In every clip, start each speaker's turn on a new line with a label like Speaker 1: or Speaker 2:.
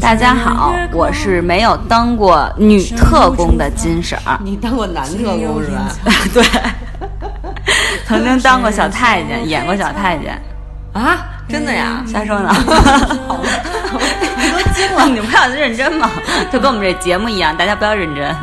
Speaker 1: 大家好，我是没有当过女特工的金婶儿，
Speaker 2: 你当过男特工是吧？
Speaker 1: 对，曾经当过小太 监，演过小太监，
Speaker 2: 啊，真的呀？
Speaker 1: 瞎说呢。
Speaker 2: 你都惊了。
Speaker 1: 你们要认真吗？就跟我们这节目一样，大家不要认真。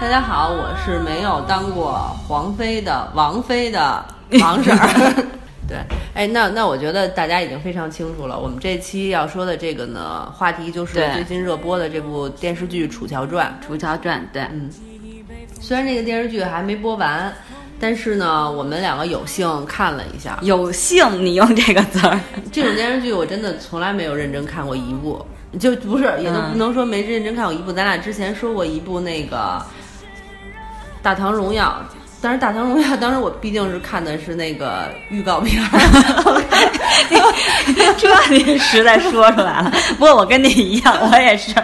Speaker 2: 大家好，我是没有当过皇妃的王妃的王婶儿。对，哎，那那我觉得大家已经非常清楚了。我们这期要说的这个呢，话题就是
Speaker 1: 对
Speaker 2: 最近热播的这部电视剧《楚乔传
Speaker 1: 《楚乔传》对，》。
Speaker 2: 虽然这个电视剧还没播完，但是呢，我们两个有幸看了一下。
Speaker 1: 有幸你用这个词儿，
Speaker 2: 这种电视剧我真的从来没有认真看过一部，就不是也都不能说没认真看过一部。咱俩之前说过一部那个《大唐荣耀》，但是《大唐荣耀》 当时我毕竟是看的是那个预告片儿，
Speaker 1: 这你实在说出来了。不过我跟你一样，我也是，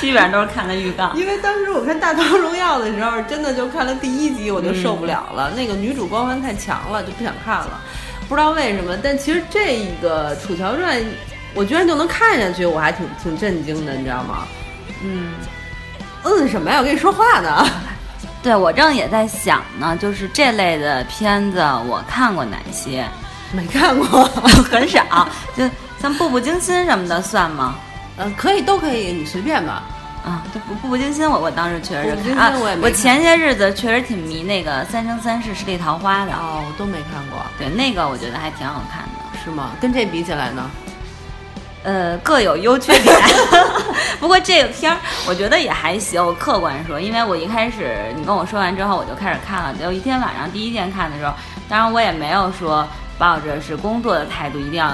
Speaker 1: 基本上都是看看预告。
Speaker 2: 因为当时我看《大唐荣耀》的时候，真的就看了第一集我就受不了了，那个女主光环太强了，就不想看了。不知道为什么，但其实这一个《楚乔传》，我居然就能看下去，我还挺挺震惊的，你知道吗？
Speaker 1: 嗯，
Speaker 2: 嗯，什么呀？我跟你说话呢。
Speaker 1: 对我正也在想呢，就是这类的片子我看过哪些，
Speaker 2: 没看过，
Speaker 1: 很少。就像《步步惊心》什么的算吗？
Speaker 2: 嗯，可以，都可以，你随便吧。
Speaker 1: 啊，对步步步惊心我，我当时确实
Speaker 2: 步步
Speaker 1: 是
Speaker 2: 惊
Speaker 1: 看啊
Speaker 2: 心我也没看
Speaker 1: 我前些日子确实挺迷那个《三生三世十里桃花》的，
Speaker 2: 哦，我都没看过，
Speaker 1: 对那个我觉得还挺好看的。
Speaker 2: 是吗？跟这比起来呢？
Speaker 1: 呃，各有优缺点。 不过这个片儿我觉得也还行，我客观说，因为我一开始你跟我说完之后，我就开始看了。有一天晚上第一天看的时候，当然我也没有说抱着是工作的态度一定要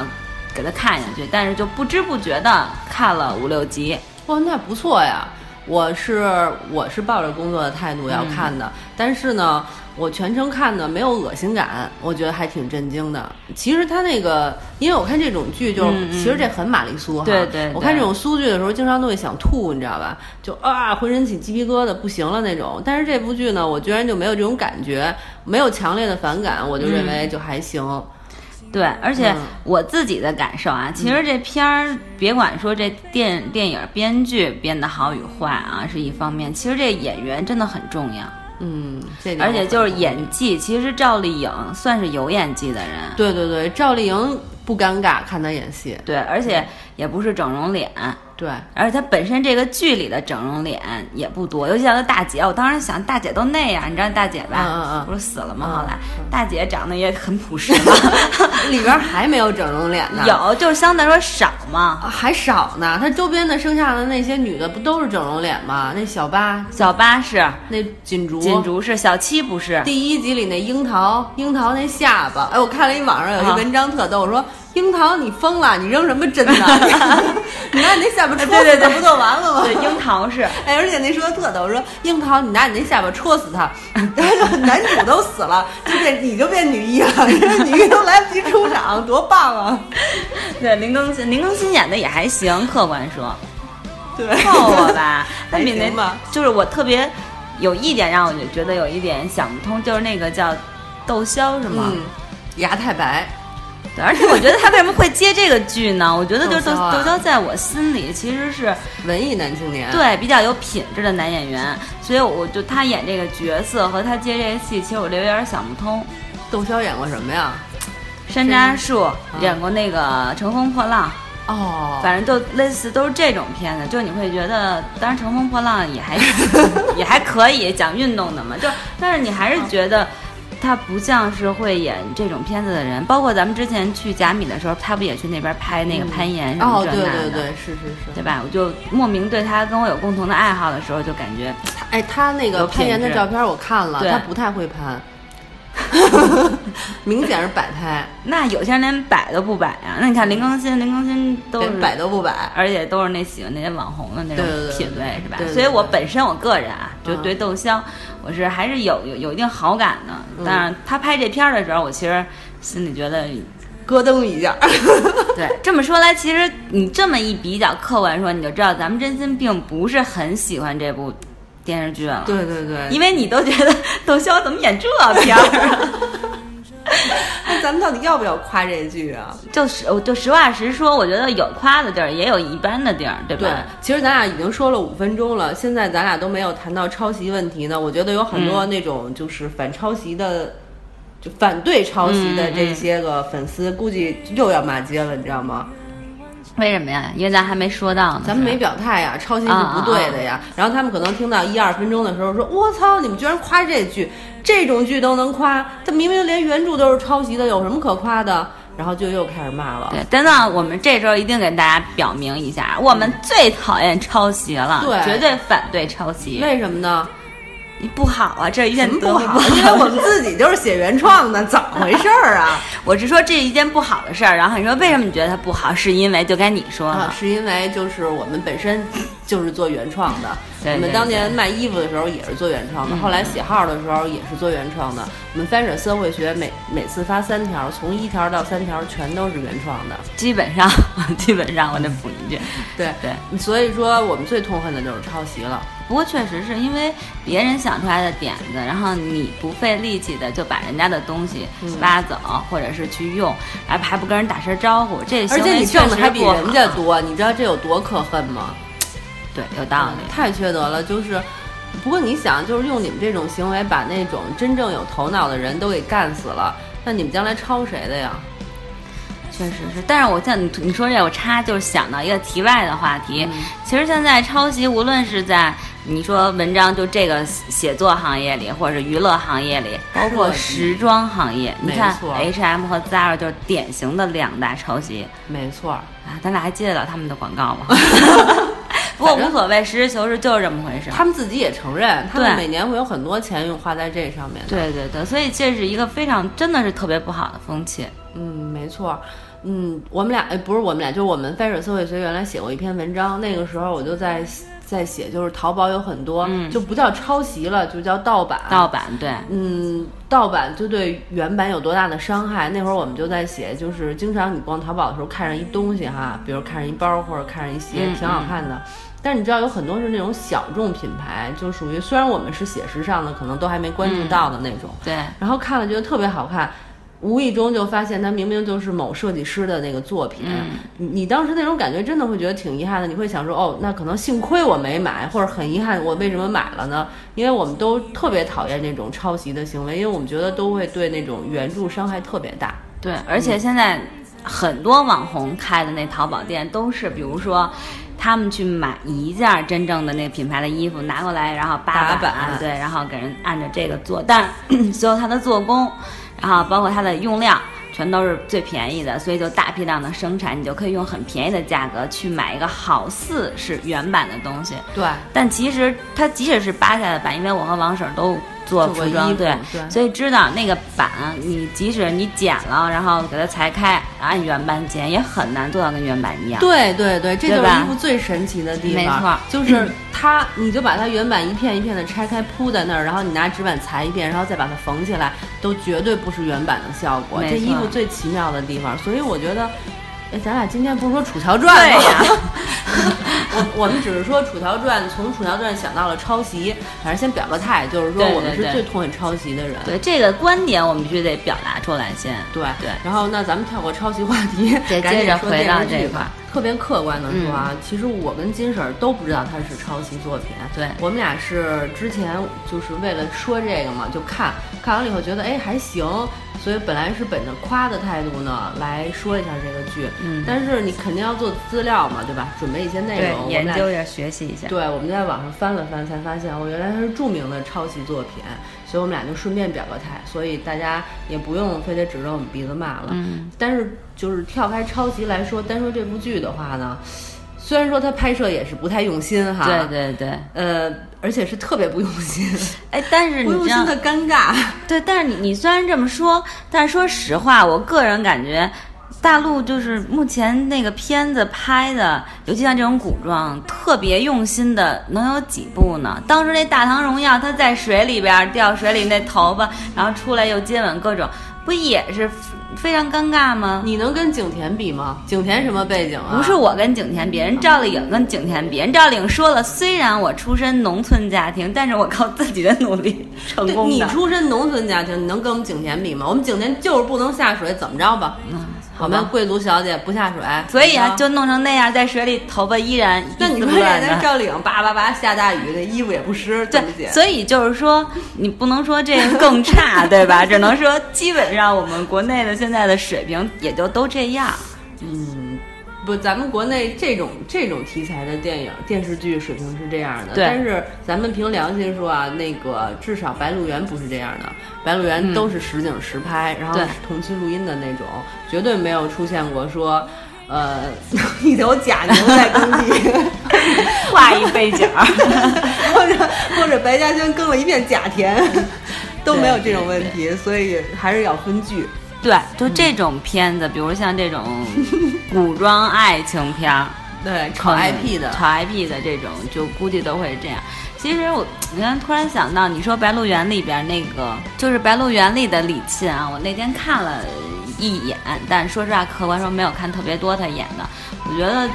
Speaker 1: 给它看下去，但是就不知不觉的看了五六集。
Speaker 2: 哇，哦那不错呀。我是我是抱着工作的态度
Speaker 1: 嗯
Speaker 2: 要看的，但是呢，我全程看的没有恶心感，我觉得还挺震惊的。其实他那个，因为我看这种剧就，
Speaker 1: 嗯嗯嗯
Speaker 2: 其实这很玛丽苏哈。
Speaker 1: 对对对
Speaker 2: 我看这种苏剧的时候，经常都会想吐，你知道吧？就啊，浑身起鸡皮疙瘩，不行了那种。但是这部剧呢，我居然就没有这种感觉，没有强烈的反感，我就认
Speaker 1: 嗯
Speaker 2: 为就还行。
Speaker 1: 对，而且
Speaker 2: 嗯
Speaker 1: 我自己的感受啊，其实这片儿别管说这电电影编剧编的好与坏啊，是一方面，其实这演员真的很重要，
Speaker 2: 嗯，这点
Speaker 1: 而且
Speaker 2: 我
Speaker 1: 就是
Speaker 2: 同意
Speaker 1: 演技，其实赵丽颖算是有演技的人，
Speaker 2: 对对对，赵丽颖不尴尬，看她演戏，
Speaker 1: 对，而且也不是整容脸，
Speaker 2: 对，
Speaker 1: 而且她本身这个剧里的整容脸也不多，尤其像她大姐，我当时想大姐都那样，你知道大姐吧？
Speaker 2: 嗯嗯嗯
Speaker 1: 不是死了吗？
Speaker 2: 嗯
Speaker 1: 后来大姐长得也很朴实 嘛，
Speaker 2: 里边还没有整容脸呢，
Speaker 1: 有就是相对来说少嘛。
Speaker 2: 啊还少呢。她周边的剩下的那些女的不都是整容脸吗？那小八，
Speaker 1: 小八是，
Speaker 2: 那锦竹，
Speaker 1: 锦竹是，小七不是。
Speaker 2: 第一集里那樱桃，樱桃那下巴，哎，我看了一网上有
Speaker 1: 啊
Speaker 2: 一文章特逗，我说樱桃你疯了，你扔什么 针呢？ 你拿你那下巴
Speaker 1: 对
Speaker 2: 戳
Speaker 1: 对
Speaker 2: 死
Speaker 1: 对
Speaker 2: 它不就完了吗？
Speaker 1: 对，樱桃是，
Speaker 2: 哎，而且那说的特逗，我说樱桃，你拿你那下巴戳死 他，然后就男主都死了，就变你就变女一了， 你说女一都来不及出场，多棒啊！
Speaker 1: 对林更新，林更新演的也还行，客观说
Speaker 2: 对，
Speaker 1: 够了吧？但比
Speaker 2: 还
Speaker 1: 那
Speaker 2: 行吧
Speaker 1: 就是我特别有一点让我觉得有一点想不通，就是那个叫窦骁是吗？
Speaker 2: 嗯，牙太白，
Speaker 1: 对，而且我觉得他为什么会接这个剧呢？我觉得就是窦
Speaker 2: 窦骁啊
Speaker 1: 窦骁在我心里其实是
Speaker 2: 文艺男青年，，
Speaker 1: 对比较有品质的男演员，所以我就他演这个角色和他接这个戏，其实我就有点想不通。
Speaker 2: 窦骁演过什么呀？
Speaker 1: 山楂树演过那个《乘风破浪》，
Speaker 2: 哦，
Speaker 1: 反正就类似都是这种片子，就你会觉得，当然《乘风破浪》也还 也还可以，讲运动的嘛，就但是你还是觉得。他不像是会演这种片子的人，包括咱们之前去甲米的时候，他不也去那边拍那个攀岩什么
Speaker 2: 哦，
Speaker 1: 这
Speaker 2: 对
Speaker 1: 那的，
Speaker 2: 对对，是是是。
Speaker 1: 对吧？我就莫名对他跟我有共同的爱好的时候，就感觉
Speaker 2: 哎，他那个
Speaker 1: 有品
Speaker 2: 攀岩的
Speaker 1: 质
Speaker 2: 照片我看了，
Speaker 1: 对
Speaker 2: 他不太 会攀，明显是摆拍，
Speaker 1: 那有些人连摆都不摆啊。那你看林更新，林更新都是
Speaker 2: 连摆都不摆。
Speaker 1: 而且都是那喜欢那些网红的那种
Speaker 2: 对对对
Speaker 1: 品味，
Speaker 2: 对
Speaker 1: 是吧？
Speaker 2: 对对
Speaker 1: 所以
Speaker 2: 对
Speaker 1: 我本身我个人啊，就
Speaker 2: 嗯
Speaker 1: 对窦骁，我是还是有有有一定好感的。
Speaker 2: 嗯
Speaker 1: 但是他拍这片儿的时候，我其实心里觉得，
Speaker 2: 咯噔一下，
Speaker 1: 对，这么说来，其实你这么一比较客观说，你就知道咱们真心并不是很喜欢这部电视剧了。
Speaker 2: 对对对，
Speaker 1: 因为你都觉得窦骁怎么演这片儿啊？
Speaker 2: 咱们到底要不要夸这剧啊？
Speaker 1: 就是我就实话实说，我觉得有夸的地儿，也有一般的地儿，对
Speaker 2: 对
Speaker 1: 吧？，
Speaker 2: 其实咱俩已经说了五分钟了，现在咱俩都没有谈到抄袭问题呢。我觉得有很多那种就是反抄袭的，就反对抄袭的这些个粉丝，估计又要骂街了，你知道吗？
Speaker 1: 为什么呀？因为咱还没说到呢。
Speaker 2: 咱们没表态呀，抄袭是不对的呀。然后他们可能听到一二分钟的时候说：“我操，你们居然夸这剧，这种剧都能夸，他明明连原著都是抄袭的，有什么可夸的？”然后就又开始骂了。
Speaker 1: 对，但那我们这周一定给大家表明一下，我们最讨厌抄袭了，
Speaker 2: 嗯对
Speaker 1: 绝对反对抄袭，
Speaker 2: 为什么呢？
Speaker 1: 你不好啊，这一件
Speaker 2: 什么
Speaker 1: 德
Speaker 2: 不
Speaker 1: 行
Speaker 2: 好？因为我们自己就是写原创的，怎么回事儿啊？
Speaker 1: 我是说这一件不好的事儿，然后你说为什么你觉得它不好？是因为就该你说了，
Speaker 2: 啊，是因为就是我们本身就是做原创的，
Speaker 1: 对
Speaker 2: 我们
Speaker 1: 对
Speaker 2: 当年卖衣服的时候也是做原创的，后来写号的时候也是做原创的。我们翻转社会学每每次发三条，从一条到三条全都是原创的。
Speaker 1: 基本上 基本上我得补一句，
Speaker 2: 对嗯
Speaker 1: 对。
Speaker 2: 所以说我们最痛恨的就是抄袭了。
Speaker 1: 不过确实是因为别人想出来的点子，然后你不费力气的就把人家的东西
Speaker 2: 嗯
Speaker 1: 挖走，或者是去用，还还不跟人打声招呼，这
Speaker 2: 而
Speaker 1: 行
Speaker 2: 且
Speaker 1: 为
Speaker 2: 你
Speaker 1: 确
Speaker 2: 挣
Speaker 1: 实
Speaker 2: 的还比
Speaker 1: 不好
Speaker 2: 人家多，你知道这有多可恨吗？啊
Speaker 1: 对，有道理。
Speaker 2: 太缺德了，就是。不过你想，就是用你们这种行为把那种真正有头脑的人都给干死了，那你们将来抄谁的呀？
Speaker 1: 确实是，但是我像你你说这，我插就是想到一个题外的话
Speaker 2: 嗯
Speaker 1: 题。其实现在抄袭，无论是在你说文章就这个写作行业里，或者是娱乐行业里，包括
Speaker 2: 设计
Speaker 1: 时装行业，你看
Speaker 2: 嗯没错
Speaker 1: H M 和 Zara 就是典型的两大抄袭
Speaker 2: 没错儿，
Speaker 1: 啊！咱俩还接得了他们的广告 吗？ 不过无所谓，实事求是就是这么回事。
Speaker 2: 他们自己也承认，他们
Speaker 1: 对
Speaker 2: 每年会有很多钱用花在这上面的。
Speaker 1: 对对对，所以这是一个非常真的是特别不好的风气。
Speaker 2: 嗯，没错儿。嗯，我们俩哎，不是我们俩，就是我们翻水社会学原来写过一篇文章，那个时候我就在在写，就是淘宝有很多、就不叫抄袭了，就叫盗版。
Speaker 1: 嗯盗版对，
Speaker 2: 嗯，盗版就对原版有多大的伤害？那会儿我们就在写，就是经常你逛淘宝的时候看上一东西哈，比如看上一包或者看上一鞋，
Speaker 1: 嗯
Speaker 2: 挺好看的。但是你知道有很多是那种小众品牌，就属于虽然我们是写时尚的，可能都还没关
Speaker 1: 嗯
Speaker 2: 注到的那种。
Speaker 1: 对，
Speaker 2: 然后看了觉得特别好看，无意中就发现它明明就是某设计师的那个作品。你你当时那种感觉真的会觉得挺遗憾的，你会想说哦，那可能幸亏我没买，或者很遗憾我为什么买了呢？因为我们都特别讨厌那种抄袭的行为，因为我们觉得都会对那种原著伤害特别大。
Speaker 1: 对，而且现在很多网红开的那淘宝店都是，比如说。他们去买一件真正的那个品牌的衣服，拿过来，然后
Speaker 2: 打
Speaker 1: 扒
Speaker 2: 版
Speaker 1: 对，然后给人按照这个做，但是 所有它的做工，然后包括它的用量，全都是最便宜的，所以就大批量的生产，你就可以用很便宜的价格去买一个好似是原版的东西，
Speaker 2: 对，
Speaker 1: 但其实它即使是扒下的版，因为我和王婶儿都做
Speaker 2: 做过
Speaker 1: 服装，
Speaker 2: 衣服
Speaker 1: 对，
Speaker 2: 对
Speaker 1: 所以知道那个版，你即使你剪了，然后给它裁开，按原版剪，也很难做到跟原版一样。
Speaker 2: 对对对，这就
Speaker 1: 对
Speaker 2: 是
Speaker 1: 吧
Speaker 2: 衣服最神奇的地方，
Speaker 1: 没错
Speaker 2: 就是它，你就把它原版一片一片的拆开铺在那儿，然后你拿纸板裁一遍，然后再把它缝起来，都绝对不是原版的效果。
Speaker 1: 没
Speaker 2: 这衣
Speaker 1: 错
Speaker 2: 服最奇妙的地方，所以我觉得，哎，咱俩今天不是说《楚乔传》
Speaker 1: 对
Speaker 2: 吗？
Speaker 1: 呀、
Speaker 2: 我我们只是说《楚乔传》，从《楚乔传》想到了抄袭，反正先表个态，就是说
Speaker 1: 对
Speaker 2: 我们
Speaker 1: 对
Speaker 2: 是
Speaker 1: 对
Speaker 2: 最痛恨抄袭的人。
Speaker 1: 对这个观点我们必须得表达出来先。
Speaker 2: 对
Speaker 1: 对
Speaker 2: 然后那咱们跳过抄袭话题，
Speaker 1: 对
Speaker 2: 赶
Speaker 1: 接
Speaker 2: 紧
Speaker 1: 着
Speaker 2: 说
Speaker 1: 回
Speaker 2: 电视
Speaker 1: 到
Speaker 2: 剧
Speaker 1: 这嗯
Speaker 2: 吧
Speaker 1: 块儿
Speaker 2: 特别客观的说啊，其实我跟金婶儿都不知道它是抄袭作品。
Speaker 1: 对
Speaker 2: 我们俩是之前就是为了说这个嘛，就看看完了以后觉得哎还行，所以本来是本着夸的态度呢来说一下这个剧。
Speaker 1: 嗯
Speaker 2: 但是你肯定要做资料嘛，对吧？准备一些内容，我们
Speaker 1: 研
Speaker 2: 俩
Speaker 1: 究一下，学习一下。
Speaker 2: 对，我们在网上翻了翻，才发现哦，原来它是著名的抄袭作品，所以我们俩就顺便表个态，所以大家也不用非得指着我们鼻子骂了。
Speaker 1: 嗯，
Speaker 2: 但是就是跳开抄袭来说，单说这部剧的话呢，虽然说它拍摄也是不太用心哈，
Speaker 1: 对，对对。
Speaker 2: 呃，而且是特别不用心，
Speaker 1: 哎，但是你
Speaker 2: 不用
Speaker 1: 知
Speaker 2: 心
Speaker 1: 道，
Speaker 2: 的尴尬。
Speaker 1: 对，但是你你虽然这么说，但是说实话，我个人感觉，大陆就是目前那个片子拍的，尤其像这种古装，特别用心的，能有几部呢？当时那《大唐荣耀》，他在水里边儿掉水里那头发，然后出来又接吻各种。不也是非常尴尬吗？
Speaker 2: 你能跟景甜比吗？景甜什么背景啊？
Speaker 1: 不是我跟景甜比，人赵丽颖跟景甜比。人赵丽颖说了，虽然我出身农村家庭，但是我靠自己的努力 成
Speaker 2: 对，
Speaker 1: 功的。
Speaker 2: 你出身农村家庭，你能跟我们景甜比吗？我们景甜就是不能下水，怎么着吧？
Speaker 1: 嗯，好
Speaker 2: 我们
Speaker 1: 吧。
Speaker 2: 贵族小姐不下水，
Speaker 1: 所以
Speaker 2: 怎
Speaker 1: 啊，
Speaker 2: 么着
Speaker 1: 就弄成那样，在水里头发依然
Speaker 2: 那你
Speaker 1: 一丝
Speaker 2: 说
Speaker 1: 不乱
Speaker 2: 人家
Speaker 1: 的。
Speaker 2: 赵丽颖叭叭叭下大雨，那衣服也不湿，怎么
Speaker 1: 对，
Speaker 2: 解？
Speaker 1: 所以就是说，你不能说这个更差，对吧？ 只能说基本上我们国内的现在的水平也就都这 样。
Speaker 2: 嗯不，咱们国内这种这种题材的电影电视剧水平是这样的，
Speaker 1: 对
Speaker 2: 但是咱们凭良心说啊，那个至少《白鹿原》不是这样的，《白鹿原》都是实景实拍，然后
Speaker 1: 对
Speaker 2: 是同期录音的那种，绝对没有出现过说。 呃，一头假牛在耕 地，
Speaker 1: 画一背景儿，
Speaker 2: 或者或者白嘉轩耕了一片假田，都没有这种问题，所以还是要分剧。
Speaker 1: 对，就这种片子，比如像这种古装爱情片儿，
Speaker 2: 对，炒 IP 的，
Speaker 1: 炒 IP 的这种，就估计都会这样。其实我你看，突然想到，你说《白鹿原》里边那个，就是《白鹿原》里的李沁啊，我那天看了一眼，但说实话，客观说没有看特别多她演的。我觉得，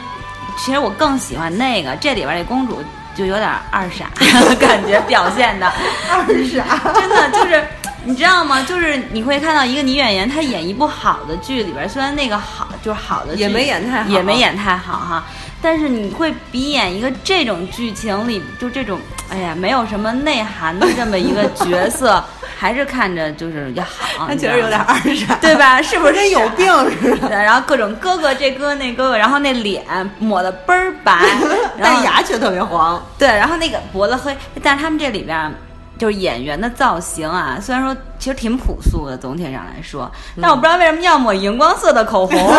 Speaker 1: 其实我更喜欢那个这里边那公主就有点二傻， 感觉表现的。
Speaker 2: 二傻。
Speaker 1: 真的就是，你知道吗？就是你会看到一个女演员，她演一部好的剧里边，虽然那个好就是好的剧
Speaker 2: 也没演太好
Speaker 1: 也没演太好哈，但是你会比演一个这种剧情里就这种，哎呀，没有什么内涵的这么一个角色，还是看着就是要好，
Speaker 2: 他
Speaker 1: 啊你知道吗
Speaker 2: 确实有点二傻，
Speaker 1: 对吧？是不是啊
Speaker 2: 跟有病似的，，
Speaker 1: 对然后各种哥哥这哥哥那哥哥，然后那脸抹的倍儿白 然后
Speaker 2: 但牙却特别黄。
Speaker 1: 对，然后那个脖子黑，但是他们这里边儿就是演员的造型啊，虽然说其实挺朴素的，总体上来说，
Speaker 2: 嗯
Speaker 1: 但我不知道为什么要抹荧光色的口 红，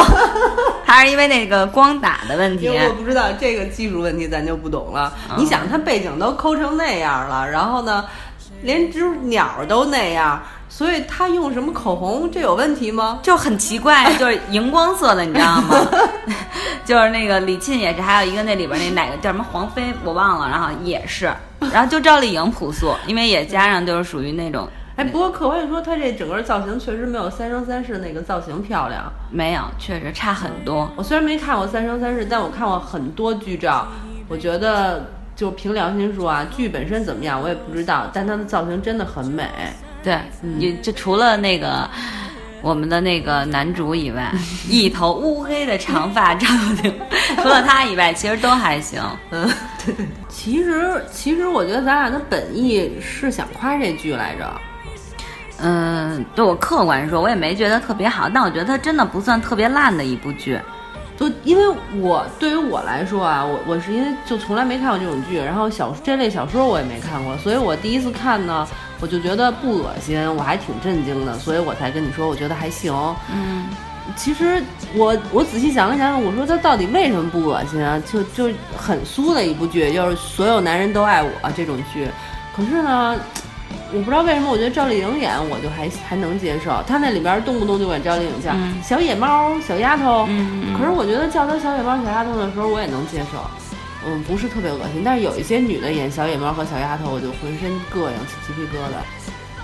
Speaker 1: 还是因为那个光打的问题
Speaker 2: 因。为我不知道这个技术问题，咱就不懂了。
Speaker 1: 嗯
Speaker 2: 你想，他背景都抠成那样了，然后呢，连只鸟都那样，所以他用什么口红，这有问题吗？
Speaker 1: 就很奇 怪，就是荧光色的，你知道吗？就是那个李沁也是，还有一个那里边那哪个叫什么黄飞，我忘了，然后也是，然后就赵丽颖朴素，因为也加上就是属于那种
Speaker 2: 哎，不过客观地说，他这整个造型确实没有《三生三世》那个造型漂亮。
Speaker 1: 没有，确实差很多。
Speaker 2: 我虽然没看过《三生三世》，但我看过很多剧照，我觉得就凭良心说啊，剧本身怎么样我也不知道，但它的造型真的很美。
Speaker 1: 对，也就除了那个我们的那个男主以 外，一头乌黑的长发赵丽颖，除了他以外，其实都还行。
Speaker 2: 嗯，对对对。 其实，其实我觉得咱俩的本意是想夸这剧来着。
Speaker 1: 嗯，对我客观说，我也没觉得特别好，但我觉得它真的不算特别烂的一部剧。
Speaker 2: 就因为我对于我来说啊，我我是因为就从来没看过这种剧，然后小这类小说我也没看过，所以我第一次看呢，我就觉得不恶心，我还挺震惊的，所以我才跟你说，我觉得还行。
Speaker 1: 嗯，
Speaker 2: 其实我我仔细想了想，我说它到底为什么不恶心啊？就就很酥的一部剧，就是所有男人都爱我这种剧。可是呢，我不知道为什么，我觉得赵丽颖演我就还还能接受，她那里边动不动就管赵丽颖叫、
Speaker 1: 嗯
Speaker 2: 小野猫、小丫头。
Speaker 1: 嗯
Speaker 2: 可是我觉得叫她小野猫、小丫头的时候，我也能接受，嗯，不是特别恶心。但是有一些女的演小野猫和小丫头，我就浑身膈应，起鸡皮疙瘩。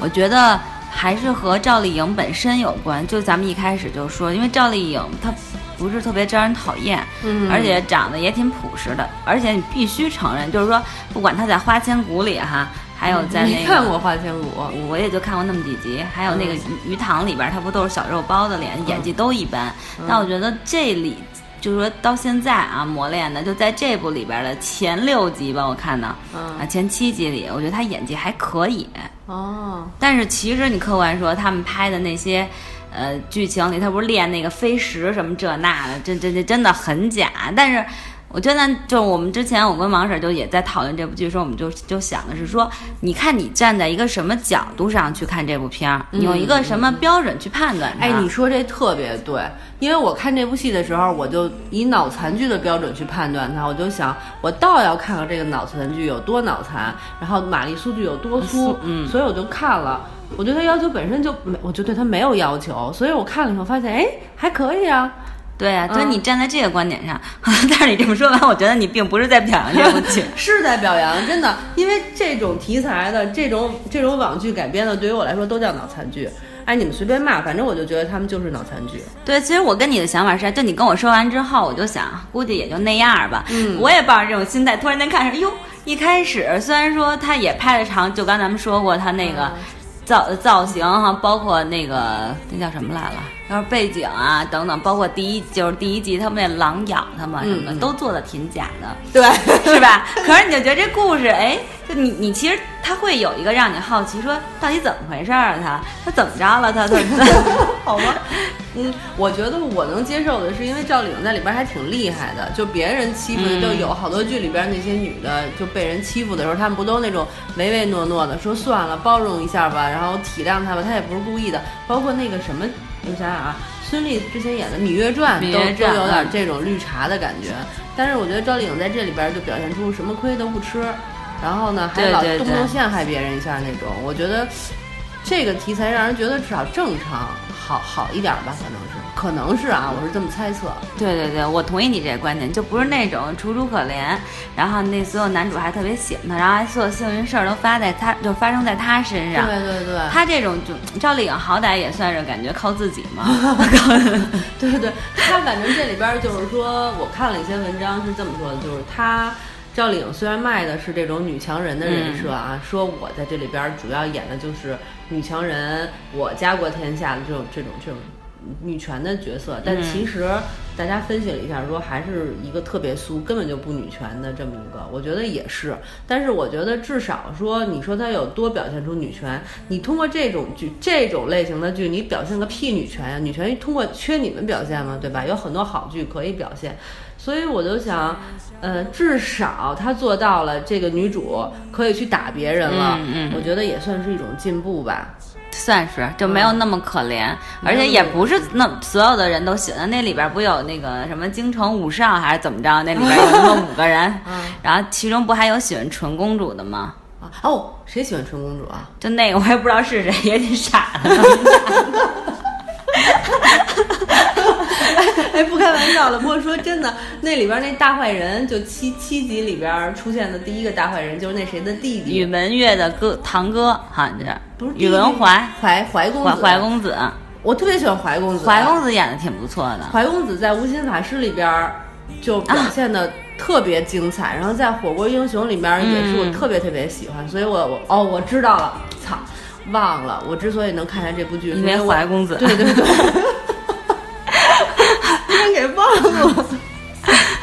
Speaker 1: 我觉得还是和赵丽颖本身有关。就咱们一开始就说，因为赵丽颖她不是特别招人讨厌，
Speaker 2: 嗯
Speaker 1: 而且长得也挺朴实的，而且你必须承认，就是说，不管她在《花千骨》里哈，还有在那
Speaker 2: 没
Speaker 1: 个
Speaker 2: 看过《花千骨》，
Speaker 1: 我也就看过那么几集，还有那个鱼鱼塘里边，他不都是小肉包的脸，演技都一般。但我觉得这里就是说到现在啊，磨练的就在这部里边的前六集吧，我看到
Speaker 2: 嗯
Speaker 1: 啊前七集里，我觉得他演技还可以。
Speaker 2: 哦。
Speaker 1: 但是其实你客观说，他们拍的那些。呃，剧情里他不是练那个飞石什么这那的，这这这真的很假。但是我觉得，就是我们之前我跟王婶就也在讨论这部剧的时候，我们就就想的是说，你看你站在一个什么角度上去看这部片儿，你有一个什么标准去判断它。
Speaker 2: 嗯哎，你说这特别对，因为我看这部戏的时候，我就以脑残剧的标准去判断它，我就想，我倒要看看这个脑残剧有多脑残，然后玛丽苏剧有多酥
Speaker 1: 酥，嗯
Speaker 2: 所以我就看了。我对它要求本身就没，我就对它没有要求，所以我看了以后发现，哎，还可以啊。
Speaker 1: 对啊，所以
Speaker 2: 嗯
Speaker 1: 你站在这个观点上， 但是你这么说完，我觉得你并不是在表扬这部剧。
Speaker 2: 是在表扬，真的，因为这种题材的这种这种网剧改编的，对于我来说都叫脑残剧。哎，你们随便骂，反正我就觉得他们就是脑残剧。
Speaker 1: 对，其实我跟你的想法是，就你跟我说完之后，我就想，估计也就那样吧。嗯，我也抱着这种心态，突然间看上，哟，一开始虽然说他也拍的长，就刚咱们说过他那
Speaker 2: 嗯
Speaker 1: 个造、造型哈，包括那个那叫什么来了，然后背景啊等等，包括第一就是第一集他们那狼咬他嘛什么的，
Speaker 2: 嗯嗯
Speaker 1: 都做的挺假的。
Speaker 2: 对，
Speaker 1: 是吧？可是你就觉得这故事，哎，就你你其实他会有一个让你好奇说，到底怎么回事儿啊？他他怎么着了？他怎么着？
Speaker 2: 好吗？ 嗯，我觉得我能接受的是，因为赵丽颖在里边还挺厉害的，就别人欺负的就有好多剧里边那些女的就被人欺负的时候，她们不都那种唯唯诺诺的，说算了，包容一下吧，然后体谅她吧，她也不是故意的。包括那个什么，我想想啊，孙俪之前演的《芈月传》
Speaker 1: 芈
Speaker 2: 都
Speaker 1: 月传
Speaker 2: 都有点
Speaker 1: 嗯
Speaker 2: 这种绿茶的感觉，但是我觉得赵丽颖在这里边就表现出什么亏都不吃，然后呢还
Speaker 1: 对
Speaker 2: 老
Speaker 1: 对
Speaker 2: 动不动
Speaker 1: 对
Speaker 2: 陷害别人一下那种，我觉得。这个题材让人觉得至少正常，好好一点吧，可能是，可能是啊，我是这么猜测。
Speaker 1: 对对对，我同意你这个观点，就不是那种楚楚可怜，然后那所有男主还特别喜欢他，然后还所有幸运事儿都发在他，就发生在他身上。
Speaker 2: 对对
Speaker 1: 他这种就赵丽颖好歹也算是感觉靠自己 嘛，
Speaker 2: 对对对，他反正这里边儿就是说，我看了一些文章是这么说的，就是他赵丽颖虽然卖的是这种女强人的人设啊，说我在这里边儿主要演的就是女强人，我家国天下的这种这种这种。女权的角色，但
Speaker 1: 嗯
Speaker 2: 其实大家分析了一下，说还是一个特别俗，根本就不女权的这么一个，我觉得也是。但是我觉得至少说，你说她有多表现出女权，你通过这种剧、这种类型的剧，你表现个屁女权呀、女权通过缺你们表现吗？对吧？有很多好剧可以表现，所以我就想，呃，至少她做到了这个女主可以去打别人了，
Speaker 1: 嗯嗯
Speaker 2: 我觉得也算是一种进步吧。
Speaker 1: 算是就没有那么可怜，
Speaker 2: 嗯
Speaker 1: 而且也不是那所有的人都喜欢。那里边不有那个什么京城五少还是怎么着？那里边有那么五个人，
Speaker 2: 嗯
Speaker 1: 然后其中不还有喜欢纯公主的吗？
Speaker 2: 啊哦，谁喜欢春公主啊？
Speaker 1: 就那个我也不知道是谁，也挺傻的。
Speaker 2: 哎，不开玩笑了。不过说真的，那里边那大坏人，就七七集里边出现的第一个大坏人，就是那谁的弟
Speaker 1: 宇
Speaker 2: 弟，
Speaker 1: 文玥的哥堂哥好像是，
Speaker 2: 不是弟弟
Speaker 1: 宇文怀
Speaker 2: 怀怀公子。
Speaker 1: 怀怀，公子，啊
Speaker 2: 我特别喜欢怀公子。啊
Speaker 1: 怀公子演的挺不错的。
Speaker 2: 怀公子在《无心法师》里边儿就
Speaker 1: 啊
Speaker 2: 表现的特别精彩，然后在《火锅英雄》里边儿也是我
Speaker 1: 嗯
Speaker 2: 特别特别喜欢，所以我我哦我知道了，操，忘了，我之所以能看下这部剧，是
Speaker 1: 因为
Speaker 2: 我
Speaker 1: 怀公子，
Speaker 2: 对 对对，居然给 忘了。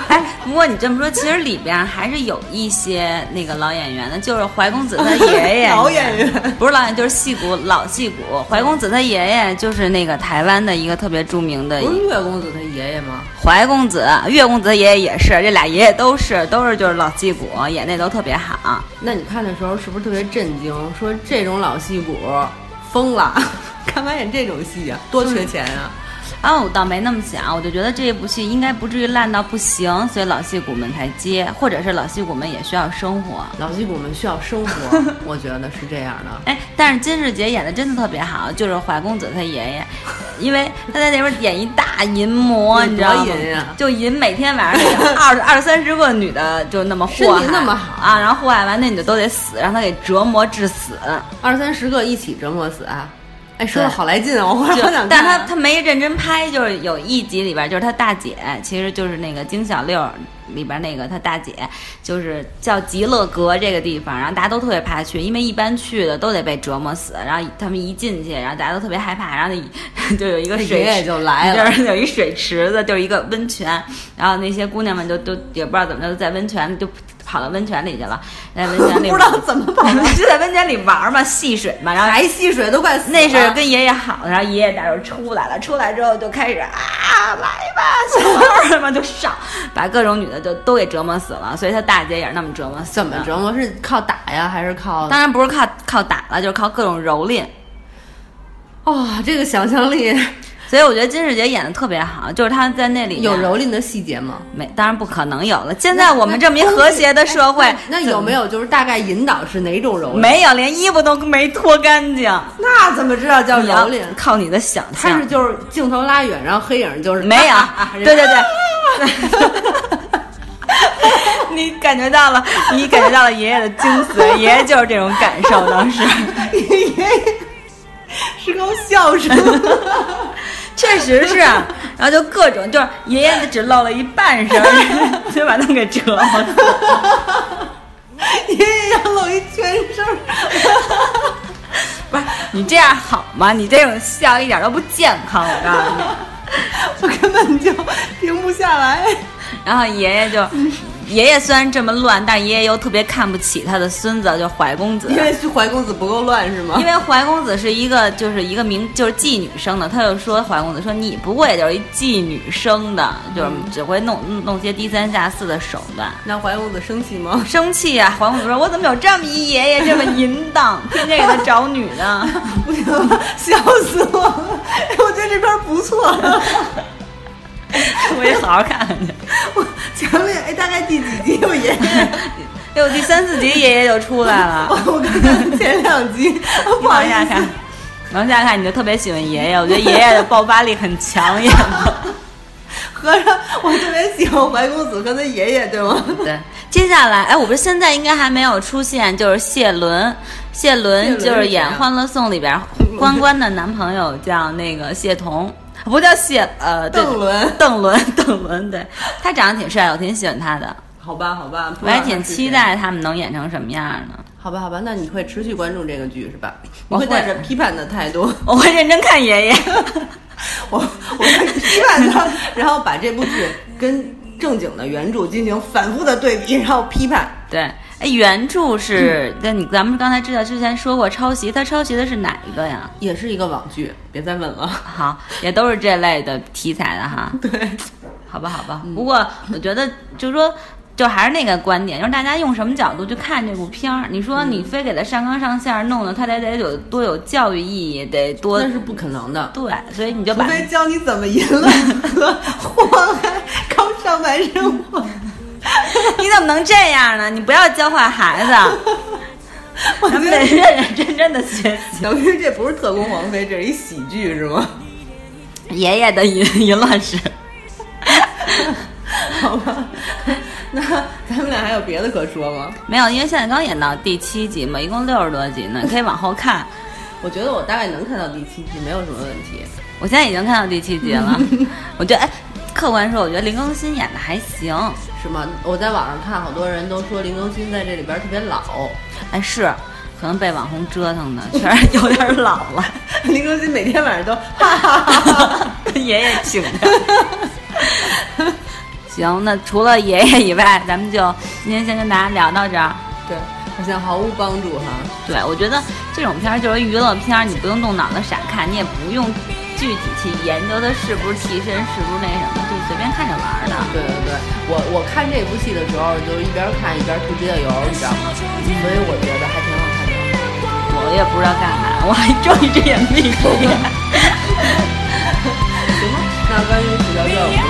Speaker 1: 哎，不过你这么说，其实里边还是有一些那个老演员的，就是怀公子他爷爷，
Speaker 2: 老演员
Speaker 1: 不是老演员，就是戏骨老戏骨。怀公子他爷爷就是那个台湾的一个特别著名的
Speaker 2: 不是月公子他爷爷吗？
Speaker 1: 怀公子、岳公子他爷爷也是，这俩爷爷都是都是就是老戏骨，演那都特别好。
Speaker 2: 那你看的时候是不是特别震惊？说这种老戏骨疯了， 干嘛演这种戏呀、多缺钱啊！
Speaker 1: 啊，我倒没那么想，我就觉得这部戏应该不至于烂到不行，所以老戏骨们才接，或者是老戏骨们也需要生活。
Speaker 2: 老戏骨们需要生 活，我觉得是这样的。
Speaker 1: 哎，但是金世杰演的真的特别好，就是怀公子他爷爷，因为他在那边演一大淫魔，
Speaker 2: 嗯
Speaker 1: 你知道吗？
Speaker 2: 多淫啊
Speaker 1: 就淫每天晚上有二十二三十个女的，就那么祸害，
Speaker 2: 身体那么好
Speaker 1: 啊，然后祸害完那女的都得死，让他给折磨致死。
Speaker 2: 二三十个一起折磨死啊！哎，说的
Speaker 1: 对
Speaker 2: 好来劲啊！我忽然
Speaker 1: 就
Speaker 2: 好想
Speaker 1: 但
Speaker 2: 看
Speaker 1: 是他
Speaker 2: 啊。
Speaker 1: 他没认真拍，就是有一集里边，就是他大姐，其实就是那个金小六里边那个他大姐，就是叫极乐阁这个地方，然后大家都特别怕去，因为一般去的都得被折磨死，然后他们一进去，然后大家都特别害怕，然后那就有一个
Speaker 2: 他
Speaker 1: 水
Speaker 2: 爷爷
Speaker 1: 池。
Speaker 2: 就来了，
Speaker 1: 就是有 一水池子，就是一个温泉，然后那些姑娘们就都也不知道怎么着，就在温泉里就跑到温泉里去了，在温泉里
Speaker 2: 不知道怎么跑的，
Speaker 1: 就在温泉里玩嘛，戏水嘛，然后
Speaker 2: 来戏水都快死了。
Speaker 1: 那是跟爷爷好的，然后爷爷带着出来了，出来之后就开始啊，来吧，小孩儿嘛就上，把各种女的就都给折磨死了，所以他大姐也是那么折磨死的
Speaker 2: 怎么？折磨？是靠打呀，还是靠？
Speaker 1: 当然不是靠靠打了，就是靠各种蹂躏。
Speaker 2: 哦，这个想象力
Speaker 1: 所以我觉得金世杰演的特别好，就是他在那里
Speaker 2: 有
Speaker 1: 面
Speaker 2: 蹂躏的细节吗？
Speaker 1: 没？当然不可能有了。现在我们这么一和谐的社会
Speaker 2: 哎，那有没有就是大概引导是哪种蹂躏？，
Speaker 1: 没有连衣服都没脱干净？
Speaker 2: 那怎么知道叫
Speaker 1: 你要
Speaker 2: 蹂躏？
Speaker 1: 靠你的想
Speaker 2: 他
Speaker 1: 象
Speaker 2: 是。就是镜头拉远，然后黑影就是
Speaker 1: 没 有
Speaker 2: 啊啊啊，
Speaker 1: 对对对。 你感觉到了，你感觉到了爷爷的精髓，爷爷就是这种感受。当时，
Speaker 2: 爷爷是 是靠笑声。
Speaker 1: 确实是，啊然后就各种就是爷爷只露了一半身， 就把他给折了。
Speaker 2: 爷爷要露一全身儿，
Speaker 1: 不是你这样好吗？你这种笑一点都不健康，我告诉你。
Speaker 2: 我根本就停不下来。
Speaker 1: 然后爷爷就，爷爷虽然这么乱，但爷爷又特别看不起他的孙子，就怀公子
Speaker 2: 因。为怀公子不够乱是吗
Speaker 1: 因？为怀公子是一个，就是一个名，就是妓女生的，他就说怀公子说你不过也就是一妓女生的，就是只会弄弄些低三下四的手段。
Speaker 2: 那怀公子生气吗？
Speaker 1: 生气啊！怀公子说：“我怎么有这么一爷爷这么淫荡，天天给他找女 呢
Speaker 2: 不行，笑死我了！哎我觉得这边不错。？”
Speaker 1: 我也好好看看去。
Speaker 2: 我前面哎，大概第几集有爷爷？
Speaker 1: 哎呦，第三四集爷爷就出来 了。
Speaker 2: 我我刚看前两集，
Speaker 1: 你
Speaker 2: 不好
Speaker 1: 往
Speaker 2: 意
Speaker 1: 下
Speaker 2: 思
Speaker 1: 看，，往下看，你就特别喜欢爷爷。我觉得爷爷的爆发力很强，演的。
Speaker 2: 合着我特别喜欢怀公子和他爷爷，对吗？
Speaker 1: 对，接下来，哎，我不是现在应该还没有出现，就是谢伦，谢
Speaker 2: 谢
Speaker 1: 伦
Speaker 2: 伦
Speaker 1: 就是演
Speaker 2: 是
Speaker 1: 《
Speaker 2: 谁啊
Speaker 1: 欢乐颂》里边关关的男朋友叫那个谢童，不叫谢，呃，对
Speaker 2: 邓伦
Speaker 1: 邓伦， 邓伦，对他长得挺帅，我挺喜欢他的，
Speaker 2: 好吧，好吧，不
Speaker 1: 我
Speaker 2: 知道
Speaker 1: 还
Speaker 2: 他
Speaker 1: 挺
Speaker 2: 是
Speaker 1: 期
Speaker 2: 谁。
Speaker 1: 待他们能演成什么样呢。
Speaker 2: 好吧，好吧，那你会持续关注这个剧是吧？你
Speaker 1: 我
Speaker 2: 会
Speaker 1: 会
Speaker 2: 带着批判的态度，
Speaker 1: 我会认真看爷爷，
Speaker 2: 我我会批判他，然后把这部剧跟正经的原著进行反复的对比，然后批判。
Speaker 1: 对，哎，原著 是，那、你咱们刚才之前之前说过抄袭，他抄袭的是哪一个呀？
Speaker 2: 也是一个网剧，别再问了。
Speaker 1: 好，也都是这类的题材的哈。
Speaker 2: 对，
Speaker 1: 好吧，好吧。不过我觉得就是说。就还是那个观点，就是大家用什么角度去看这部片儿。你说你非给它上纲上线儿弄的，它得得有多有教育意义，得多
Speaker 2: 那是不可能的，
Speaker 1: 对，所以你就
Speaker 2: 除
Speaker 1: 把
Speaker 2: 非教你怎么淫乱 和祸害高尚男生活。
Speaker 1: 你怎么能这样呢？你不要教坏孩 子，
Speaker 2: 我
Speaker 1: 咱
Speaker 2: 觉
Speaker 1: 们
Speaker 2: 得
Speaker 1: 得认认真真的学习。
Speaker 2: 等于这不是特工王妃，这是一喜剧是吗？
Speaker 1: 爷爷的淫淫乱史，
Speaker 2: 好吧， 那咱们俩还有别的可说吗？
Speaker 1: 没有，因为现在刚演到第七集嘛，一共六十多集 呢，可以往后看。
Speaker 2: 我觉得我大概能看到第七集，没有什么问题。
Speaker 1: 我现在已经看到第七集 了，我觉得哎，客观说，我觉得林更新演的还行，
Speaker 2: 是吗？我在网上看，好多人都说林更新在这里边特别老。
Speaker 1: 哎是，可能被网红折腾的，确实有点老了，
Speaker 2: 林更新每天晚上都哈哈哈哈。
Speaker 1: 爷爷请的。行，那除了爷爷以外，咱们就今天先跟大家聊到这儿。
Speaker 2: 对，好像毫无帮助哈。
Speaker 1: 对，我觉得这种片儿就是娱乐片儿，你不用动脑子傻看，你也不用具体去研究它是不是替身，是不是那什么，就随便看着玩儿的。
Speaker 2: 对对对，我我看这部戏的时候，就是一边看一边吐街的油，你知道吗？所以我觉得还挺好看的。
Speaker 1: 我也不知道干嘛，我还睁一只眼闭一只眼。
Speaker 2: 行吧，那关于《死掉》就。
Speaker 1: 嗯